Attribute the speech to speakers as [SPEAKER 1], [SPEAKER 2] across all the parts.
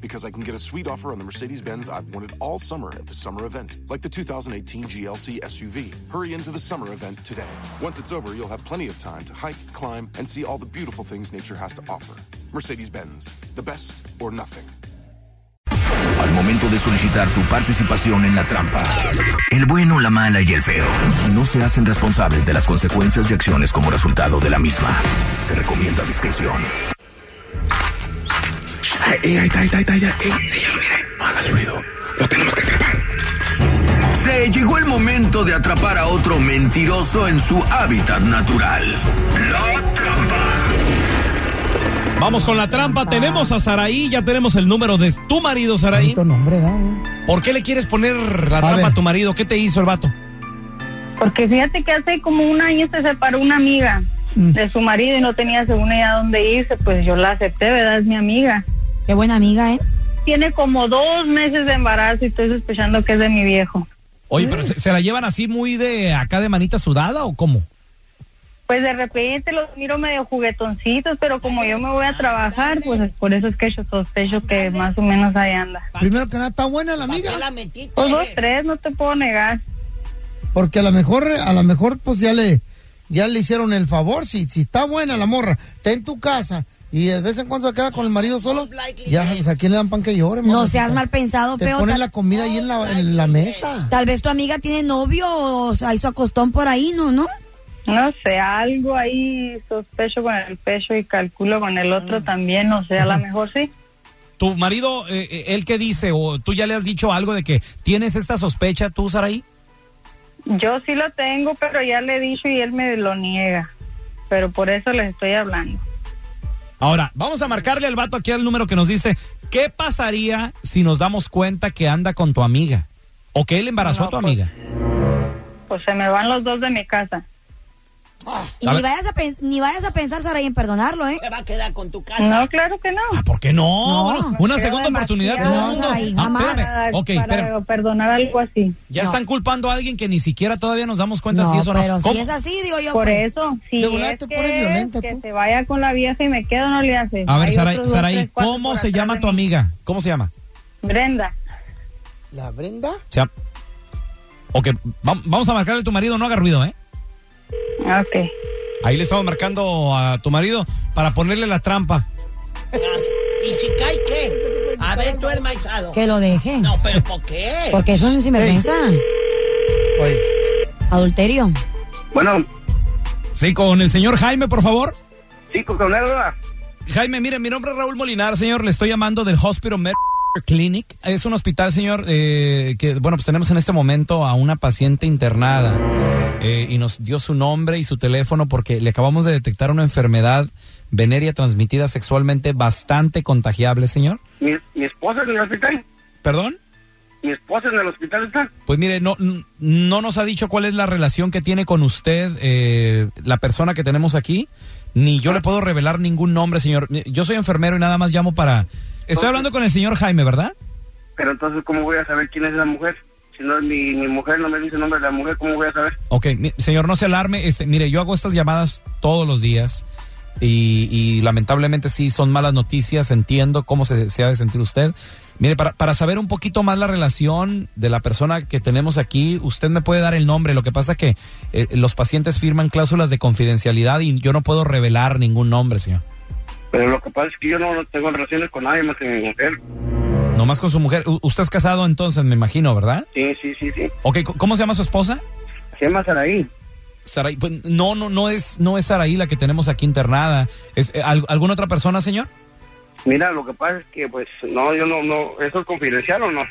[SPEAKER 1] Because I can get a sweet offer on the Mercedes Benz I've wanted all summer at the summer event, like the 2018 GLC SUV. Hurry into the summer event today. Once it's over, you'll have plenty of time to hike, climb, and see all the beautiful things nature has to offer. Mercedes Benz, the best or nothing.
[SPEAKER 2] Al momento de solicitar tu participación en la trampa, el bueno, la mala y el feo no se hacen responsables de las consecuencias y acciones como resultado de la misma. Se recomienda discreción.
[SPEAKER 3] Ay, ay, ahí está, ahí está, ahí está, ya. Ey, sí, ya lo miré. No hagas ruido. Lo tenemos que atrapar.
[SPEAKER 2] Se llegó el momento de atrapar a otro mentiroso en su hábitat natural. La trampa.
[SPEAKER 4] Vamos con la trampa. Tenemos a Saraí, ya tenemos el número de tu marido, Saraí.
[SPEAKER 5] Bonito nombre, ¿verdad?
[SPEAKER 4] ¿Por qué le quieres poner la trampa
[SPEAKER 5] ver.
[SPEAKER 4] a tu marido? ¿Qué te hizo el vato?
[SPEAKER 6] Porque fíjate que hace como un año se separó una amiga
[SPEAKER 7] Mm.
[SPEAKER 6] de su marido y no tenía según ella dónde irse, pues yo la acepté, ¿verdad? Es mi amiga.
[SPEAKER 7] Qué buena amiga, ¿eh?
[SPEAKER 6] Tiene como dos meses de embarazo y estoy sospechando que es de mi viejo.
[SPEAKER 4] Oye, pero ¿se, se la llevan así muy de acá de manita sudada o cómo?
[SPEAKER 6] Pues de repente los miro medio juguetoncitos, pero como yo me voy a trabajar, pues es por eso es que yo sospecho que más o menos ahí anda.
[SPEAKER 5] Primero que nada, está buena la amiga.
[SPEAKER 6] Pues dos, tres, no te puedo negar.
[SPEAKER 5] Porque a lo mejor, a lo mejor, pues ya le, ya le hicieron el favor. Si, si está buena la morra, está en tu casa y de vez en cuando se queda con el marido solo, ya pues, a quién le dan pan que llore.
[SPEAKER 7] No
[SPEAKER 5] mamacita?
[SPEAKER 7] seas mal pensado,
[SPEAKER 5] Te
[SPEAKER 7] feo.
[SPEAKER 5] ponen
[SPEAKER 7] tal,
[SPEAKER 5] la comida ahí en la, en la mesa.
[SPEAKER 7] tal vez tu amiga tiene novio o se hizo acostón por ahí, ¿no? ¿No?
[SPEAKER 6] No sé, algo ahí sospecho con el pecho y calculo con el otro
[SPEAKER 7] Mm.
[SPEAKER 6] también, no sé, a lo mejor sí.
[SPEAKER 4] ¿Tu marido, eh, eh, él qué dice? ¿O tú ya le has dicho algo de que tienes esta sospecha tú, Saraí?
[SPEAKER 6] Yo sí lo tengo, pero ya le he dicho y él me lo niega. Pero por eso les estoy hablando.
[SPEAKER 4] Ahora, vamos a marcarle al vato aquí al número que nos diste. ¿Qué pasaría si nos damos cuenta que anda con tu amiga? ¿O que él embarazó
[SPEAKER 6] No,
[SPEAKER 4] a tu
[SPEAKER 6] pues,
[SPEAKER 4] amiga?
[SPEAKER 6] Pues se me van los dos de mi casa.
[SPEAKER 7] Y
[SPEAKER 4] A
[SPEAKER 7] ni
[SPEAKER 4] ver.
[SPEAKER 7] vayas, a pens- ni vayas a pensar, Saray, en perdonarlo, ¿eh?
[SPEAKER 6] No, claro que no.
[SPEAKER 4] Ah, ¿por qué no?
[SPEAKER 7] No, nos
[SPEAKER 4] Una
[SPEAKER 6] queda
[SPEAKER 4] segunda oportunidad.
[SPEAKER 6] demasiado.
[SPEAKER 4] todo el mundo. Ah,
[SPEAKER 7] No, Saraí, jamás.
[SPEAKER 4] espérame.
[SPEAKER 6] Para,
[SPEAKER 4] Ok, espérame.
[SPEAKER 6] para perdonar algo así.
[SPEAKER 4] Ya
[SPEAKER 7] No.
[SPEAKER 4] están culpando a alguien que ni siquiera todavía nos damos cuenta
[SPEAKER 7] no,
[SPEAKER 4] si eso o no.
[SPEAKER 7] pero si
[SPEAKER 4] ¿Cómo?
[SPEAKER 7] es así, digo yo.
[SPEAKER 6] Por
[SPEAKER 7] pues,
[SPEAKER 6] eso, si
[SPEAKER 5] De volada
[SPEAKER 6] es
[SPEAKER 5] te
[SPEAKER 6] que,
[SPEAKER 5] pones violenta,
[SPEAKER 6] que
[SPEAKER 5] tú.
[SPEAKER 6] se vaya con la vieja y me quedo, no le hace.
[SPEAKER 4] A ver,
[SPEAKER 6] Hay
[SPEAKER 4] Saraí,
[SPEAKER 6] otros dos,
[SPEAKER 4] Saraí,
[SPEAKER 6] tres, cuatro
[SPEAKER 4] ¿cómo
[SPEAKER 6] por
[SPEAKER 4] se
[SPEAKER 6] atrás
[SPEAKER 4] llama
[SPEAKER 6] de
[SPEAKER 4] tu
[SPEAKER 6] mí.
[SPEAKER 4] amiga? ¿Cómo se llama?
[SPEAKER 6] Brenda.
[SPEAKER 5] ¿La Brenda?
[SPEAKER 4] O sea, ok, vam- vamos a marcarle a tu marido, no haga ruido, ¿eh?
[SPEAKER 6] Ok.
[SPEAKER 4] Ahí le estamos marcando a tu marido para ponerle la trampa.
[SPEAKER 8] ¿Y si cae qué? A ver, tú el maizado.
[SPEAKER 7] Que lo deje.
[SPEAKER 8] No, pero ¿por qué?
[SPEAKER 7] Porque eso es un sinvergüenza.
[SPEAKER 5] Oye,
[SPEAKER 7] Adulterio.
[SPEAKER 3] Bueno,
[SPEAKER 4] Sí, con el señor Jaime, por favor.
[SPEAKER 3] chicos, con algo.
[SPEAKER 4] Jaime, mire, mi nombre es Raúl Molinar, señor. Le estoy llamando del Hospital Med Clinic. Es un hospital, señor, eh, que, bueno, pues tenemos en este momento a una paciente internada. eh, y nos dio su nombre y su teléfono porque le acabamos de detectar una enfermedad venérea transmitida sexualmente bastante contagiable, señor.
[SPEAKER 3] Mi, mi esposa en el hospital.
[SPEAKER 4] ¿Perdón?
[SPEAKER 3] Mi esposa en el hospital está.
[SPEAKER 4] Pues mire, no, n- no nos ha dicho cuál es la relación que tiene con usted eh, la persona que tenemos aquí, ni yo le puedo revelar ningún nombre, señor. Yo soy enfermero y nada más llamo para... Estoy
[SPEAKER 3] Ok.
[SPEAKER 4] hablando con el señor Jaime, ¿verdad?
[SPEAKER 3] Pero entonces, ¿cómo voy a saber quién es esa mujer? Si no, mi, mi mujer no me dice el nombre de la mujer, ¿cómo voy a saber?
[SPEAKER 4] Ok, mi- señor, no se alarme. Este, mire, yo hago estas llamadas todos los días. y, y lamentablemente sí son malas noticias, entiendo cómo se, se ha de sentir usted. Mire, para, para saber un poquito más la relación de la persona que tenemos aquí, usted me puede dar el nombre. Lo que pasa es que eh, los pacientes firman cláusulas de confidencialidad y yo no puedo revelar ningún nombre, señor.
[SPEAKER 3] Pero lo que pasa es que yo no tengo relaciones con nadie más que mi mujer.
[SPEAKER 4] Nomás con su mujer. U- usted es casado entonces, me imagino, ¿verdad?
[SPEAKER 3] Sí, sí, sí, sí.
[SPEAKER 4] Ok, c- ¿cómo se llama su esposa?
[SPEAKER 3] Se llama Saraí.
[SPEAKER 4] Saraí, pues, no, no, no es, no es Saraí la que tenemos aquí internada. ¿Es eh, al- alguna otra persona, señor?
[SPEAKER 3] Mira, lo que pasa es que, pues, no, yo no, no, ¿eso es confidencial o no?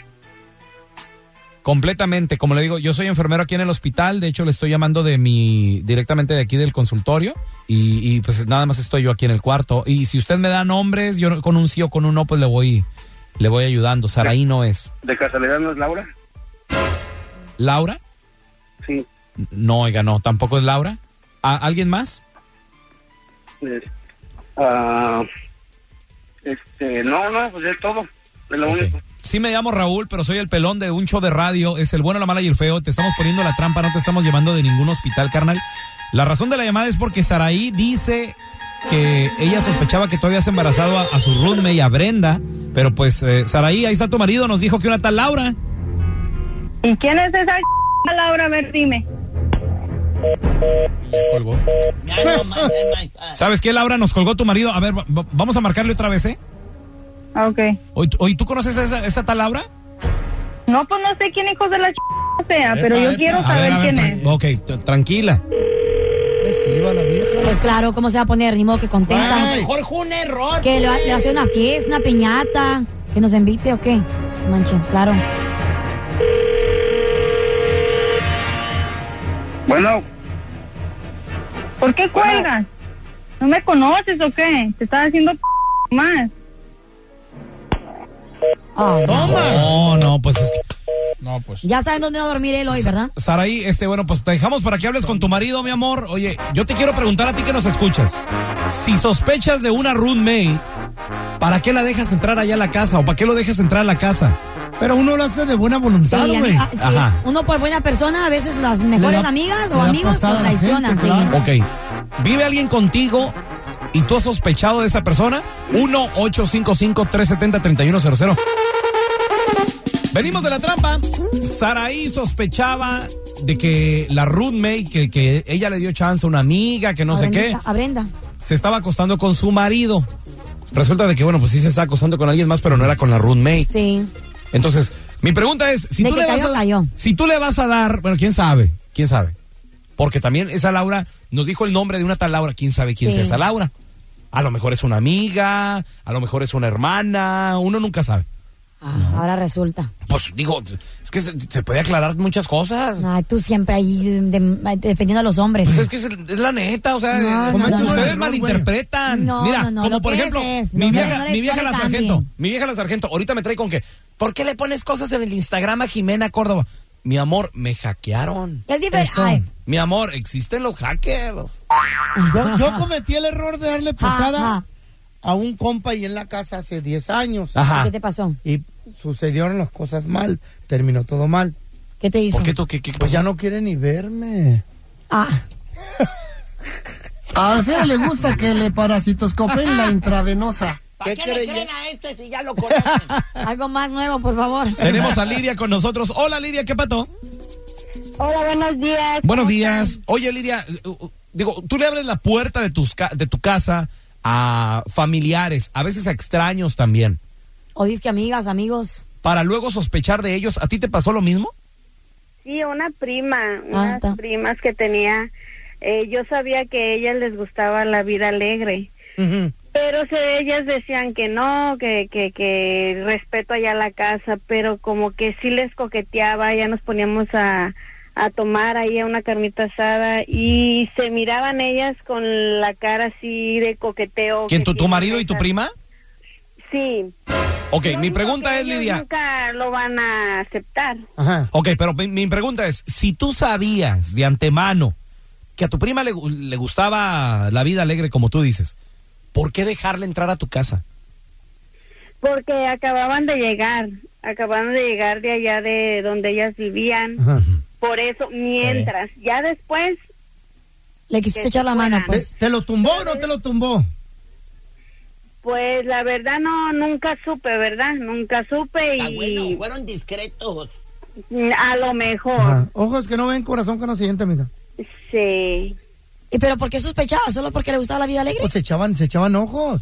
[SPEAKER 4] Completamente, como le digo, yo soy enfermero aquí en el hospital, de hecho le estoy llamando de mi directamente de aquí del consultorio y, y, pues nada más estoy yo aquí en el cuarto y si usted me da nombres, yo con un sí o con un no pues le voy le voy ayudando. Saraí no es.
[SPEAKER 3] ¿De casualidad no es Laura?
[SPEAKER 4] Laura?
[SPEAKER 3] Sí.
[SPEAKER 4] No, oiga, no, tampoco es Laura. ¿A- ¿Alguien más?
[SPEAKER 3] Es- ah, este, no, no, pues es todo. Es lo único.
[SPEAKER 4] Sí me llamo Raúl, pero soy el pelón de un show de radio. Es el bueno, la mala y el feo. Te estamos poniendo la trampa, no te estamos llevando de ningún hospital, carnal. La razón de la llamada es porque Saraí dice que ella sospechaba que tú habías embarazado a, a su roommate y a Brenda. Pero pues, eh, Saraí, ahí está tu marido, nos dijo que una tal Laura.
[SPEAKER 6] ¿Y quién es esa Laura? A ver, dime.
[SPEAKER 4] Colgó. ¿Sabes qué, Laura? Nos colgó tu marido. A ver, va- va- vamos a marcarle otra vez, ¿eh?
[SPEAKER 6] Ok.
[SPEAKER 4] Oye, tú- oye, ¿tú conoces a esa, esa tal Laura?
[SPEAKER 6] No, pues no sé quién hijo de la ch... sea, Ah, pero yo quiero
[SPEAKER 4] A ver,
[SPEAKER 6] saber
[SPEAKER 4] a ver,
[SPEAKER 6] quién es.
[SPEAKER 4] tran- Ok, t- tranquila.
[SPEAKER 7] Pues claro, ¿cómo se va a poner? Ni modo que contenta.
[SPEAKER 8] Mejor fue un error.
[SPEAKER 7] Que le, va- le hace una fiesta, una piñata. Que nos invite o qué. Manche, claro.
[SPEAKER 3] Bueno.
[SPEAKER 6] ¿Por qué cuelgas? ¿No me conoces o qué? Te estás haciendo p- más. Ah.
[SPEAKER 4] No, no, pues es que. No, pues.
[SPEAKER 7] Ya saben dónde va a dormir él hoy, ¿verdad?
[SPEAKER 4] Saraí, este, bueno, pues te dejamos para que hables con tu marido, mi amor. Oye, yo te quiero preguntar a ti que nos escuchas. Si sospechas de una roommate, ¿para qué la dejas entrar allá a la casa? ¿O para qué lo dejas entrar a la casa?
[SPEAKER 5] Pero uno lo hace de buena voluntad,
[SPEAKER 7] Sí, a mí-
[SPEAKER 5] güey.
[SPEAKER 7] ah, sí,
[SPEAKER 4] Ajá.
[SPEAKER 7] Uno por buena persona, a veces las mejores
[SPEAKER 5] Le da-
[SPEAKER 7] amigas
[SPEAKER 5] le
[SPEAKER 7] o
[SPEAKER 5] da
[SPEAKER 7] amigos
[SPEAKER 5] pasada
[SPEAKER 7] lo
[SPEAKER 5] a la gente,
[SPEAKER 7] traicionan, sí.
[SPEAKER 5] claro.
[SPEAKER 4] Ok. ¿Vive alguien contigo y tú has sospechado de esa persona? 1-855-370-3100. Venimos de la trampa. Saraí sospechaba de que la roommate, que, que ella le dio chance a una amiga, que no
[SPEAKER 7] A
[SPEAKER 4] sé qué.
[SPEAKER 7] Brenda- A Brenda.
[SPEAKER 4] se estaba acostando con su marido. Resulta de que, bueno, pues sí se está acostando con alguien más, pero no era con la roommate.
[SPEAKER 7] Sí.
[SPEAKER 4] Entonces, mi pregunta es, si
[SPEAKER 7] De
[SPEAKER 4] tú
[SPEAKER 7] que
[SPEAKER 4] le vas
[SPEAKER 7] cayó,
[SPEAKER 4] a
[SPEAKER 7] cayó.
[SPEAKER 4] si tú le vas a dar, bueno, quién sabe, quién sabe. Porque también esa Laura nos dijo el nombre de una tal Laura, quién sabe quién
[SPEAKER 7] Sí.
[SPEAKER 4] sea esa Laura. A lo mejor es una amiga, a lo mejor es una hermana, uno nunca sabe.
[SPEAKER 7] Ah, Ahora resulta.
[SPEAKER 4] Pues digo, es que se, se puede aclarar muchas cosas.
[SPEAKER 7] Ay, tú siempre ahí de- defendiendo a los hombres.
[SPEAKER 4] Pues es que es, es la neta, o sea,
[SPEAKER 7] No,
[SPEAKER 4] eh,
[SPEAKER 7] no, no,
[SPEAKER 4] ustedes
[SPEAKER 5] no, no,
[SPEAKER 4] malinterpretan.
[SPEAKER 7] no,
[SPEAKER 4] Mira,
[SPEAKER 7] no, no,
[SPEAKER 4] como
[SPEAKER 7] lo
[SPEAKER 4] por
[SPEAKER 7] que
[SPEAKER 4] ejemplo,
[SPEAKER 7] es es,
[SPEAKER 4] mi
[SPEAKER 7] no,
[SPEAKER 4] vieja,
[SPEAKER 7] no le-
[SPEAKER 4] mi vieja
[SPEAKER 7] no le
[SPEAKER 4] la
[SPEAKER 7] cambien.
[SPEAKER 4] sargento, mi vieja la sargento, ahorita me trae con que, ¿por qué le pones cosas en el Instagram a Jimena Córdoba? Mi amor, me hackearon.
[SPEAKER 7] Es diferente.
[SPEAKER 5] Eso.
[SPEAKER 7] Ay,
[SPEAKER 4] Mi amor, existen los hackers.
[SPEAKER 5] Yo, yo cometí el error de darle
[SPEAKER 7] Ja,
[SPEAKER 5] posada
[SPEAKER 7] ja.
[SPEAKER 5] a un compa y en la casa hace 10 años.
[SPEAKER 4] Ajá.
[SPEAKER 7] ¿Qué te pasó?
[SPEAKER 5] Y sucedieron las cosas mal. Terminó todo mal.
[SPEAKER 7] ¿Qué te hizo?
[SPEAKER 4] ¿Por qué tú qué, qué pasó?
[SPEAKER 5] Pues ya no quiere ni verme.
[SPEAKER 7] Ah,
[SPEAKER 9] A Fea le gusta que le parasitoscopen la intravenosa.
[SPEAKER 8] ¿Para qué, le
[SPEAKER 5] creyó?
[SPEAKER 8] creen a este si ya lo conocen?
[SPEAKER 7] algo más nuevo, por favor.
[SPEAKER 4] Tenemos a Lidia con nosotros. Hola Lidia, ¿qué pato?
[SPEAKER 6] Hola, buenos días.
[SPEAKER 4] Buenos días. Oye Lidia, eh, eh, digo, tú le abres la puerta de, tus ca- de tu casa a familiares, a veces a extraños también,
[SPEAKER 7] O dices que amigas, amigos.
[SPEAKER 4] para luego sospechar de ellos. ¿A ti te pasó lo mismo?
[SPEAKER 10] Sí, una prima,
[SPEAKER 7] Ah,
[SPEAKER 10] unas
[SPEAKER 7] está.
[SPEAKER 10] primas que tenía. eh, yo sabía que a ellas les gustaba la vida alegre, pero se- ellas decían que no, que, que, que respeto allá la casa, pero como que sí les coqueteaba, ya nos poníamos a, a tomar ahí a una carnita asada y se miraban ellas con la cara así de coqueteo.
[SPEAKER 4] ¿Quién?
[SPEAKER 10] que
[SPEAKER 4] ¿Tu, tu
[SPEAKER 10] sí,
[SPEAKER 4] marido y tu
[SPEAKER 10] esas-
[SPEAKER 4] prima?
[SPEAKER 10] Sí.
[SPEAKER 4] Ok,
[SPEAKER 10] Yo
[SPEAKER 4] mi
[SPEAKER 10] digo
[SPEAKER 4] pregunta
[SPEAKER 10] que
[SPEAKER 4] es,
[SPEAKER 10] ellos
[SPEAKER 4] Lidia.
[SPEAKER 10] Nunca lo van a aceptar.
[SPEAKER 5] Ajá.
[SPEAKER 4] Ok, pero mi, mi pregunta es, si tú sabías de antemano que a tu prima le, gu- le gustaba la vida alegre, como tú dices, ¿por qué dejarle entrar a tu casa?
[SPEAKER 10] Porque acababan de llegar, acababan de llegar de allá de donde ellas vivían.
[SPEAKER 5] Ajá.
[SPEAKER 10] Por eso, mientras, ya después
[SPEAKER 7] Le quisiste
[SPEAKER 10] que
[SPEAKER 7] echar
[SPEAKER 10] se
[SPEAKER 7] la mano,
[SPEAKER 10] fueran.
[SPEAKER 7] pues.
[SPEAKER 5] ¿Te lo tumbó o no te lo tumbó?
[SPEAKER 10] Pues la verdad no, nunca supe, ¿verdad? Nunca supe
[SPEAKER 8] Está
[SPEAKER 10] y
[SPEAKER 8] bueno, fueron discretos.
[SPEAKER 10] a lo mejor,
[SPEAKER 5] Ajá. Ojos que no ven, corazón que no siente, mija.
[SPEAKER 10] sí.
[SPEAKER 7] ¿Y pero por qué sospechaba? ¿Solo porque le gustaba la vida alegre?
[SPEAKER 5] O Pues se echaban, se echaban ojos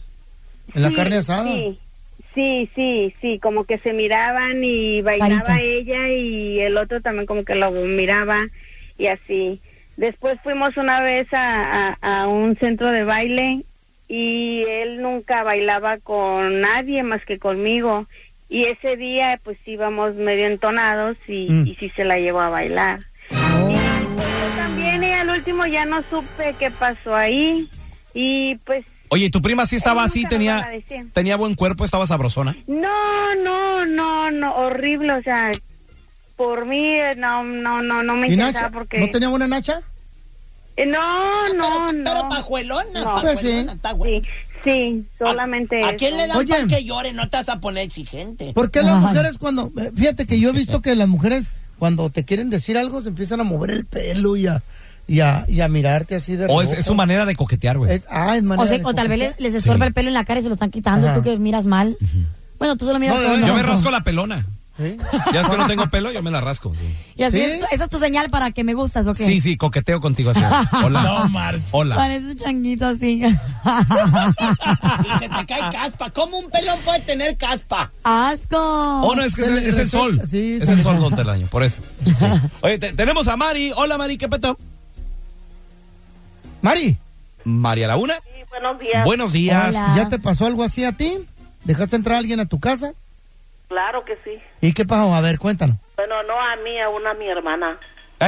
[SPEAKER 5] en la
[SPEAKER 10] Sí,
[SPEAKER 5] carne asada.
[SPEAKER 10] Sí. sí, sí, sí, como que se miraban y bailaba
[SPEAKER 5] Caritas.
[SPEAKER 10] ella y el otro también como que lo miraba y así. Después fuimos una vez a, a- a un centro de baile y él nunca bailaba con nadie más que conmigo. Y ese día pues íbamos medio entonados y,
[SPEAKER 11] Mm.
[SPEAKER 10] y sí se la llevó a bailar.
[SPEAKER 5] Oh.
[SPEAKER 10] Y yo también y al último ya no supe qué pasó ahí y pues
[SPEAKER 4] Oye, ¿y tu prima Ah, sí estaba
[SPEAKER 10] Él
[SPEAKER 4] así?
[SPEAKER 10] nunca lo
[SPEAKER 4] Tenía,
[SPEAKER 10] agradecía.
[SPEAKER 4] tenía buen cuerpo, estaba sabrosona.
[SPEAKER 10] No, no, no, no, horrible, o sea, por mí eh, no, no, no, no me
[SPEAKER 5] ¿Y
[SPEAKER 10] interesaba
[SPEAKER 5] Nacha?
[SPEAKER 10] porque...
[SPEAKER 5] ¿No tenía buena Nacha?
[SPEAKER 10] Eh, no, no, no.
[SPEAKER 8] Pero pajuelona,
[SPEAKER 10] No.
[SPEAKER 5] Pues
[SPEAKER 8] pajuelona, está bueno.
[SPEAKER 10] Sí, solamente
[SPEAKER 8] ¿A quién
[SPEAKER 10] eso.
[SPEAKER 8] le dan
[SPEAKER 5] Oye.
[SPEAKER 8] pa' que llore? No te vas a poner exigente.
[SPEAKER 5] ¿Por qué las mujeres cuando... eh, Fíjate que yo he visto que las mujeres cuando te quieren decir algo se empiezan a mover el pelo y a, y a, y a mirarte así de...
[SPEAKER 4] O es,
[SPEAKER 5] reojo.
[SPEAKER 4] es su manera de coquetear, güey.
[SPEAKER 5] Es- ah, es manera
[SPEAKER 7] O, sea,
[SPEAKER 5] de
[SPEAKER 7] o tal vez
[SPEAKER 5] coquetear.
[SPEAKER 7] les, les estorba el pelo en la cara y se lo están quitando.
[SPEAKER 5] Ajá.
[SPEAKER 7] Tú que miras mal. Bueno, tú solo miras todo.
[SPEAKER 4] yo me
[SPEAKER 7] ¿no?
[SPEAKER 4] rasco la pelona. Ya es que no tengo pelo, yo me la rasco. Sí,
[SPEAKER 7] Y así,
[SPEAKER 4] ¿Sí?
[SPEAKER 7] es tu- esa es tu señal para que me gustas, ¿o qué?
[SPEAKER 4] sí, sí, coqueteo contigo así. Hola.
[SPEAKER 7] No,
[SPEAKER 4] Hola.
[SPEAKER 7] Parece changuito así.
[SPEAKER 8] Y se te cae caspa. ¿Cómo un pelón puede tener caspa?
[SPEAKER 7] ¡Asco!
[SPEAKER 4] Oh, no, es que es, el- es el sol. es el sol, don Telaño, por eso. Sí. Oye, te- tenemos a Mari. Hola, Mari, ¿qué peto?
[SPEAKER 5] Mari.
[SPEAKER 4] María la una.
[SPEAKER 12] Buenos días.
[SPEAKER 4] Buenos días. Hola.
[SPEAKER 5] ¿Ya te pasó algo así a ti? ¿Dejaste entrar a alguien a tu casa?
[SPEAKER 12] Claro que sí.
[SPEAKER 5] ¿Y qué pasó? A ver, cuéntanos.
[SPEAKER 12] Bueno, no a mí, a una a mi hermana.
[SPEAKER 4] ¿Eh?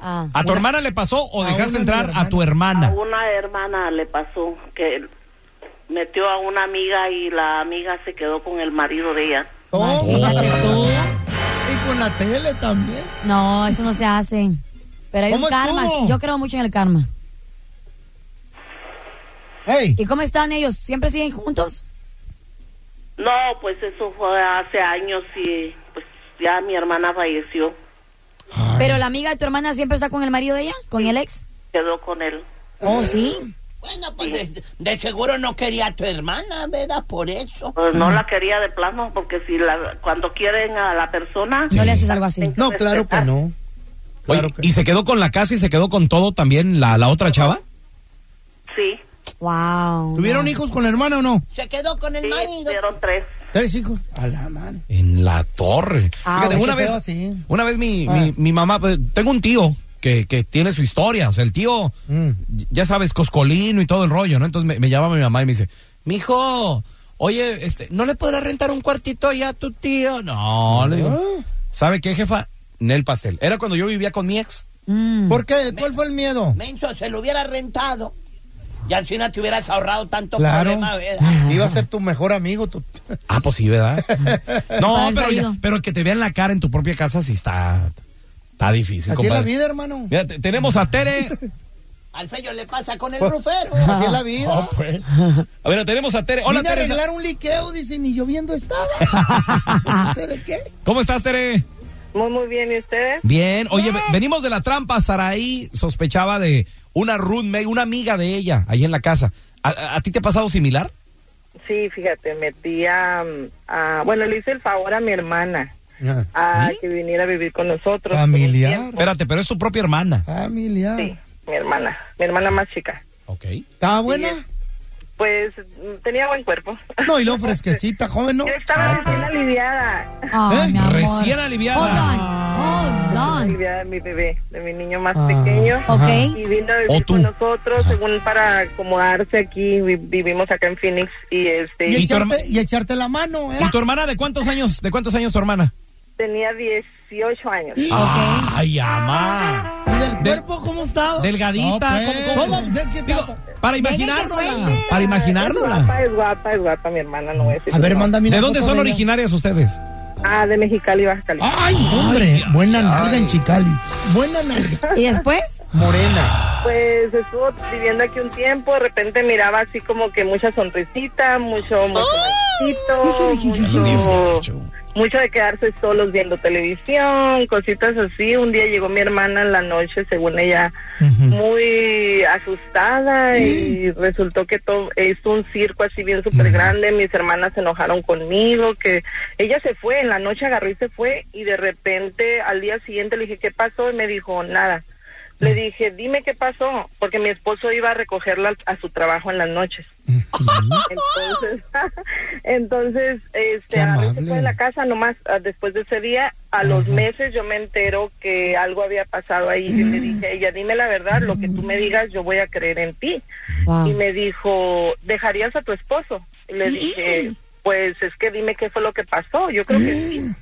[SPEAKER 4] Ah. ¿A tu hermana le pasó o
[SPEAKER 12] A
[SPEAKER 4] dejaste
[SPEAKER 12] una
[SPEAKER 4] entrar
[SPEAKER 12] hermana.
[SPEAKER 4] a tu
[SPEAKER 12] A
[SPEAKER 4] hermana?
[SPEAKER 12] una hermana le pasó que metió a una amiga y la amiga se quedó con el marido de ella.
[SPEAKER 4] Oh.
[SPEAKER 5] Imagínate tú. Y con la tele también.
[SPEAKER 7] No, eso no se hace. Pero hay un
[SPEAKER 5] ¿Cómo
[SPEAKER 7] karma.
[SPEAKER 5] estuvo?
[SPEAKER 7] Yo creo mucho en el karma.
[SPEAKER 5] ¿Y
[SPEAKER 7] cómo están ellos? ¿Siempre siguen juntos?
[SPEAKER 12] No, pues eso fue hace años y pues ya mi hermana falleció.
[SPEAKER 7] Pero la amiga de tu hermana siempre está con el marido de ella, con el ex.
[SPEAKER 12] Quedó con él.
[SPEAKER 7] Oh, sí.
[SPEAKER 8] Bueno, pues de, de seguro no quería a tu hermana, ¿verdad? Por eso.
[SPEAKER 12] Pues no la quería de plano porque si la, cuando quieren a la persona...
[SPEAKER 7] No le haces algo así.
[SPEAKER 12] No, claro que
[SPEAKER 5] no. Ah,
[SPEAKER 4] Oye, ¿Y se quedó con la casa y se quedó con todo también la, la otra chava?
[SPEAKER 12] Sí.
[SPEAKER 7] Wow.
[SPEAKER 5] ¿Tuvieron hijos con la hermana o no?
[SPEAKER 8] Se quedó con el marido.
[SPEAKER 12] tres.
[SPEAKER 5] Tres hijos. A la mano.
[SPEAKER 4] En la torre.
[SPEAKER 5] Ah,
[SPEAKER 4] Fíjate,
[SPEAKER 5] güey,
[SPEAKER 4] una
[SPEAKER 5] Ah, qué
[SPEAKER 4] vez,
[SPEAKER 5] feo, sí.
[SPEAKER 4] una vez mi, mi,
[SPEAKER 5] Ah.
[SPEAKER 4] mi mamá, pues, tengo un tío que, que tiene su historia, o sea, el tío,
[SPEAKER 5] Mm.
[SPEAKER 4] y- ya sabes, coscolino y todo el rollo, ¿no? Entonces me, me llama mi mamá y me dice, mijo, oye, este, ¿no le podrás rentar un cuartito allá a tu tío? No, le digo,
[SPEAKER 5] Ah.
[SPEAKER 4] ¿sabe qué, jefa? Nel pastel. Era cuando yo vivía con mi ex.
[SPEAKER 5] ¿Por qué? ¿Cuál fue el miedo?
[SPEAKER 8] Mm. Menso, se lo hubiera rentado. Y al final te hubieras ahorrado tanto
[SPEAKER 5] Claro.
[SPEAKER 8] problema, ¿verdad?
[SPEAKER 5] Iba a ser tu mejor amigo. tu-
[SPEAKER 4] Ah, pues sí, ¿verdad? no,
[SPEAKER 5] Haber
[SPEAKER 4] pero, ya-
[SPEAKER 5] salido.
[SPEAKER 4] pero que te vean la cara en tu propia casa sí está, está
[SPEAKER 5] Así
[SPEAKER 4] difícil,
[SPEAKER 5] es
[SPEAKER 4] compadre.
[SPEAKER 5] la vida, hermano.
[SPEAKER 4] Mira, te- tenemos a Tere.
[SPEAKER 8] Al feyo le pasa con el
[SPEAKER 4] Pues,
[SPEAKER 8] rufero.
[SPEAKER 5] Oh. así es la vida.
[SPEAKER 4] Oh, pues. A ver, tenemos a Tere. Hola,
[SPEAKER 5] Vine a
[SPEAKER 4] Tere.
[SPEAKER 5] arreglar un liqueo, dice, ni lloviendo estaba. no sé de qué.
[SPEAKER 4] ¿Cómo estás, Tere?
[SPEAKER 11] Muy, muy bien, ¿y ustedes?
[SPEAKER 4] Bien. Oye, ve- venimos de la trampa. Saraí sospechaba de una roommate, una amiga de ella, ahí en la casa. ¿A, a- a ti te ha pasado similar?
[SPEAKER 11] Sí, fíjate, metí a, a- Bueno, le hice el favor a mi hermana
[SPEAKER 5] Ah, ¿Mm?
[SPEAKER 11] a que viniera a vivir con nosotros. Por un tiempo.
[SPEAKER 4] Espérate, pero es tu propia hermana.
[SPEAKER 5] Familiar.
[SPEAKER 11] Sí, mi hermana, mi hermana más chica.
[SPEAKER 4] Ok.
[SPEAKER 5] ¿Estaba buena?
[SPEAKER 11] Pues mm, tenía buen cuerpo.
[SPEAKER 5] No, y lo fresquecita, joven, ¿no?
[SPEAKER 11] Yo
[SPEAKER 4] Ah,
[SPEAKER 11] estaba recién aliviada.
[SPEAKER 5] ¿Eh? mi amor. Recién
[SPEAKER 4] aliviada.
[SPEAKER 11] Aliviada de mi bebé, de mi niño más
[SPEAKER 4] Ah,
[SPEAKER 11] pequeño.
[SPEAKER 7] Ok.
[SPEAKER 11] Y vino a vivir con nosotros, según para acomodarse aquí. vi- vivimos acá en Phoenix y este.
[SPEAKER 5] Y, echarte, y echarte la mano, ¿eh?
[SPEAKER 4] ¿Y tu hermana de cuántos años? ¿De cuántos años tu hermana?
[SPEAKER 11] Tenía 18 años.
[SPEAKER 4] Ay,
[SPEAKER 5] Ah.
[SPEAKER 4] amá.
[SPEAKER 5] ¿El cuerpo cómo estaba?
[SPEAKER 4] Delgadita,
[SPEAKER 5] No, pues.
[SPEAKER 4] ¿cómo- cómo-
[SPEAKER 5] ¿Cómo? Pues es que tapa.
[SPEAKER 4] Para
[SPEAKER 5] Dejen que
[SPEAKER 4] imaginarnosla.
[SPEAKER 5] cuente.
[SPEAKER 4] Para imaginarnosla.
[SPEAKER 11] Es guapa, es guapa mi hermana, no es.
[SPEAKER 5] A ver, mándame una
[SPEAKER 4] ¿De dónde
[SPEAKER 5] foto
[SPEAKER 4] son
[SPEAKER 5] de ella.
[SPEAKER 4] originarias ustedes?
[SPEAKER 11] Ah, de Mexicali, Baja California.
[SPEAKER 5] Ay, hombre, buena nalga en Chicali. Buena nalga.
[SPEAKER 7] ¿Y después?
[SPEAKER 5] Morena.
[SPEAKER 11] Pues estuvo viviendo aquí un tiempo, de repente miraba así como que mucha sonrisita, mucho, mucho, manchito, mucho mucho de quedarse solos viendo televisión, cositas así. Un día llegó mi hermana en la noche, según ella, muy asustada y resultó que todo hizo un circo así bien súper grande. Mis hermanas se enojaron conmigo, que ella se fue, en la noche agarró y se fue y de repente al día siguiente le dije, ¿qué pasó? Y me dijo, nada. Le dije, dime qué pasó, porque mi esposo iba a recogerla al- a su trabajo en las noches. Entonces, entonces este, agarró y se fue de la casa nomás. ah, Después de ese día, a los meses yo me entero que algo había pasado ahí. Yo le dije a ella, dime la verdad, lo que tú me digas, yo voy a creer en ti.
[SPEAKER 7] Wow.
[SPEAKER 11] Y me dijo, ¿dejarías a tu esposo? Y le dije, pues es que dime qué fue lo que pasó. Yo creo que
[SPEAKER 7] Mm.
[SPEAKER 11] sí.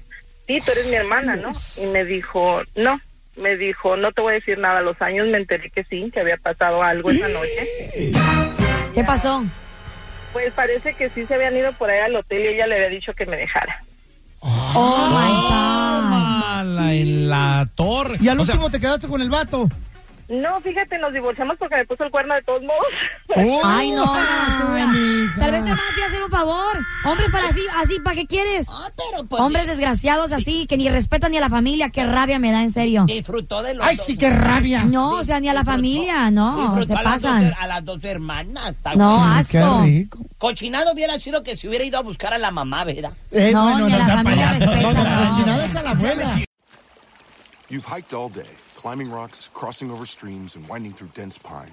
[SPEAKER 11] Sí, tú eres mi hermana, ¿no? Y me dijo, no. Me dijo, no te voy a decir nada. A los años me enteré que sí, que había pasado algo esa noche.
[SPEAKER 7] ¿Qué pasó?
[SPEAKER 11] Pues parece que sí se habían ido por ahí al hotel y ella le había dicho que me dejara.
[SPEAKER 4] Mala en la torre.
[SPEAKER 5] Y al
[SPEAKER 4] O sea,
[SPEAKER 5] último te quedaste con el vato.
[SPEAKER 11] No, fíjate, nos divorciamos porque me puso el cuerno de todos modos.
[SPEAKER 5] Oh.
[SPEAKER 7] Ay, no, basura. Tal vez tu hermana te iba a hacer un favor. Hombres para así, así, ¿para qué quieres?
[SPEAKER 8] Ah, pues
[SPEAKER 7] Hombres desgraciados así, que ni respetan ni a la familia. Qué rabia me da, en serio.
[SPEAKER 8] Disfrutó de los
[SPEAKER 7] Ay,
[SPEAKER 8] dos.
[SPEAKER 7] sí, qué rabia. No, o sea, ni a la familia, no,
[SPEAKER 8] Disfrutó
[SPEAKER 7] se
[SPEAKER 8] a las dos
[SPEAKER 7] pasan.
[SPEAKER 8] her- a las dos hermanas. está
[SPEAKER 7] No,
[SPEAKER 8] bueno.
[SPEAKER 5] Mm,
[SPEAKER 7] asco. Qué rico.
[SPEAKER 8] Cochinado hubiera sido que se hubiera ido a buscar a la mamá, ¿verdad?
[SPEAKER 5] Eh, No, bueno, ni a no la sea familia payaso. respeta,
[SPEAKER 8] No,
[SPEAKER 5] no.
[SPEAKER 8] cochinado
[SPEAKER 5] es a la abuela.
[SPEAKER 1] You've hiked all day, climbing rocks, crossing over streams, and winding through dense pine.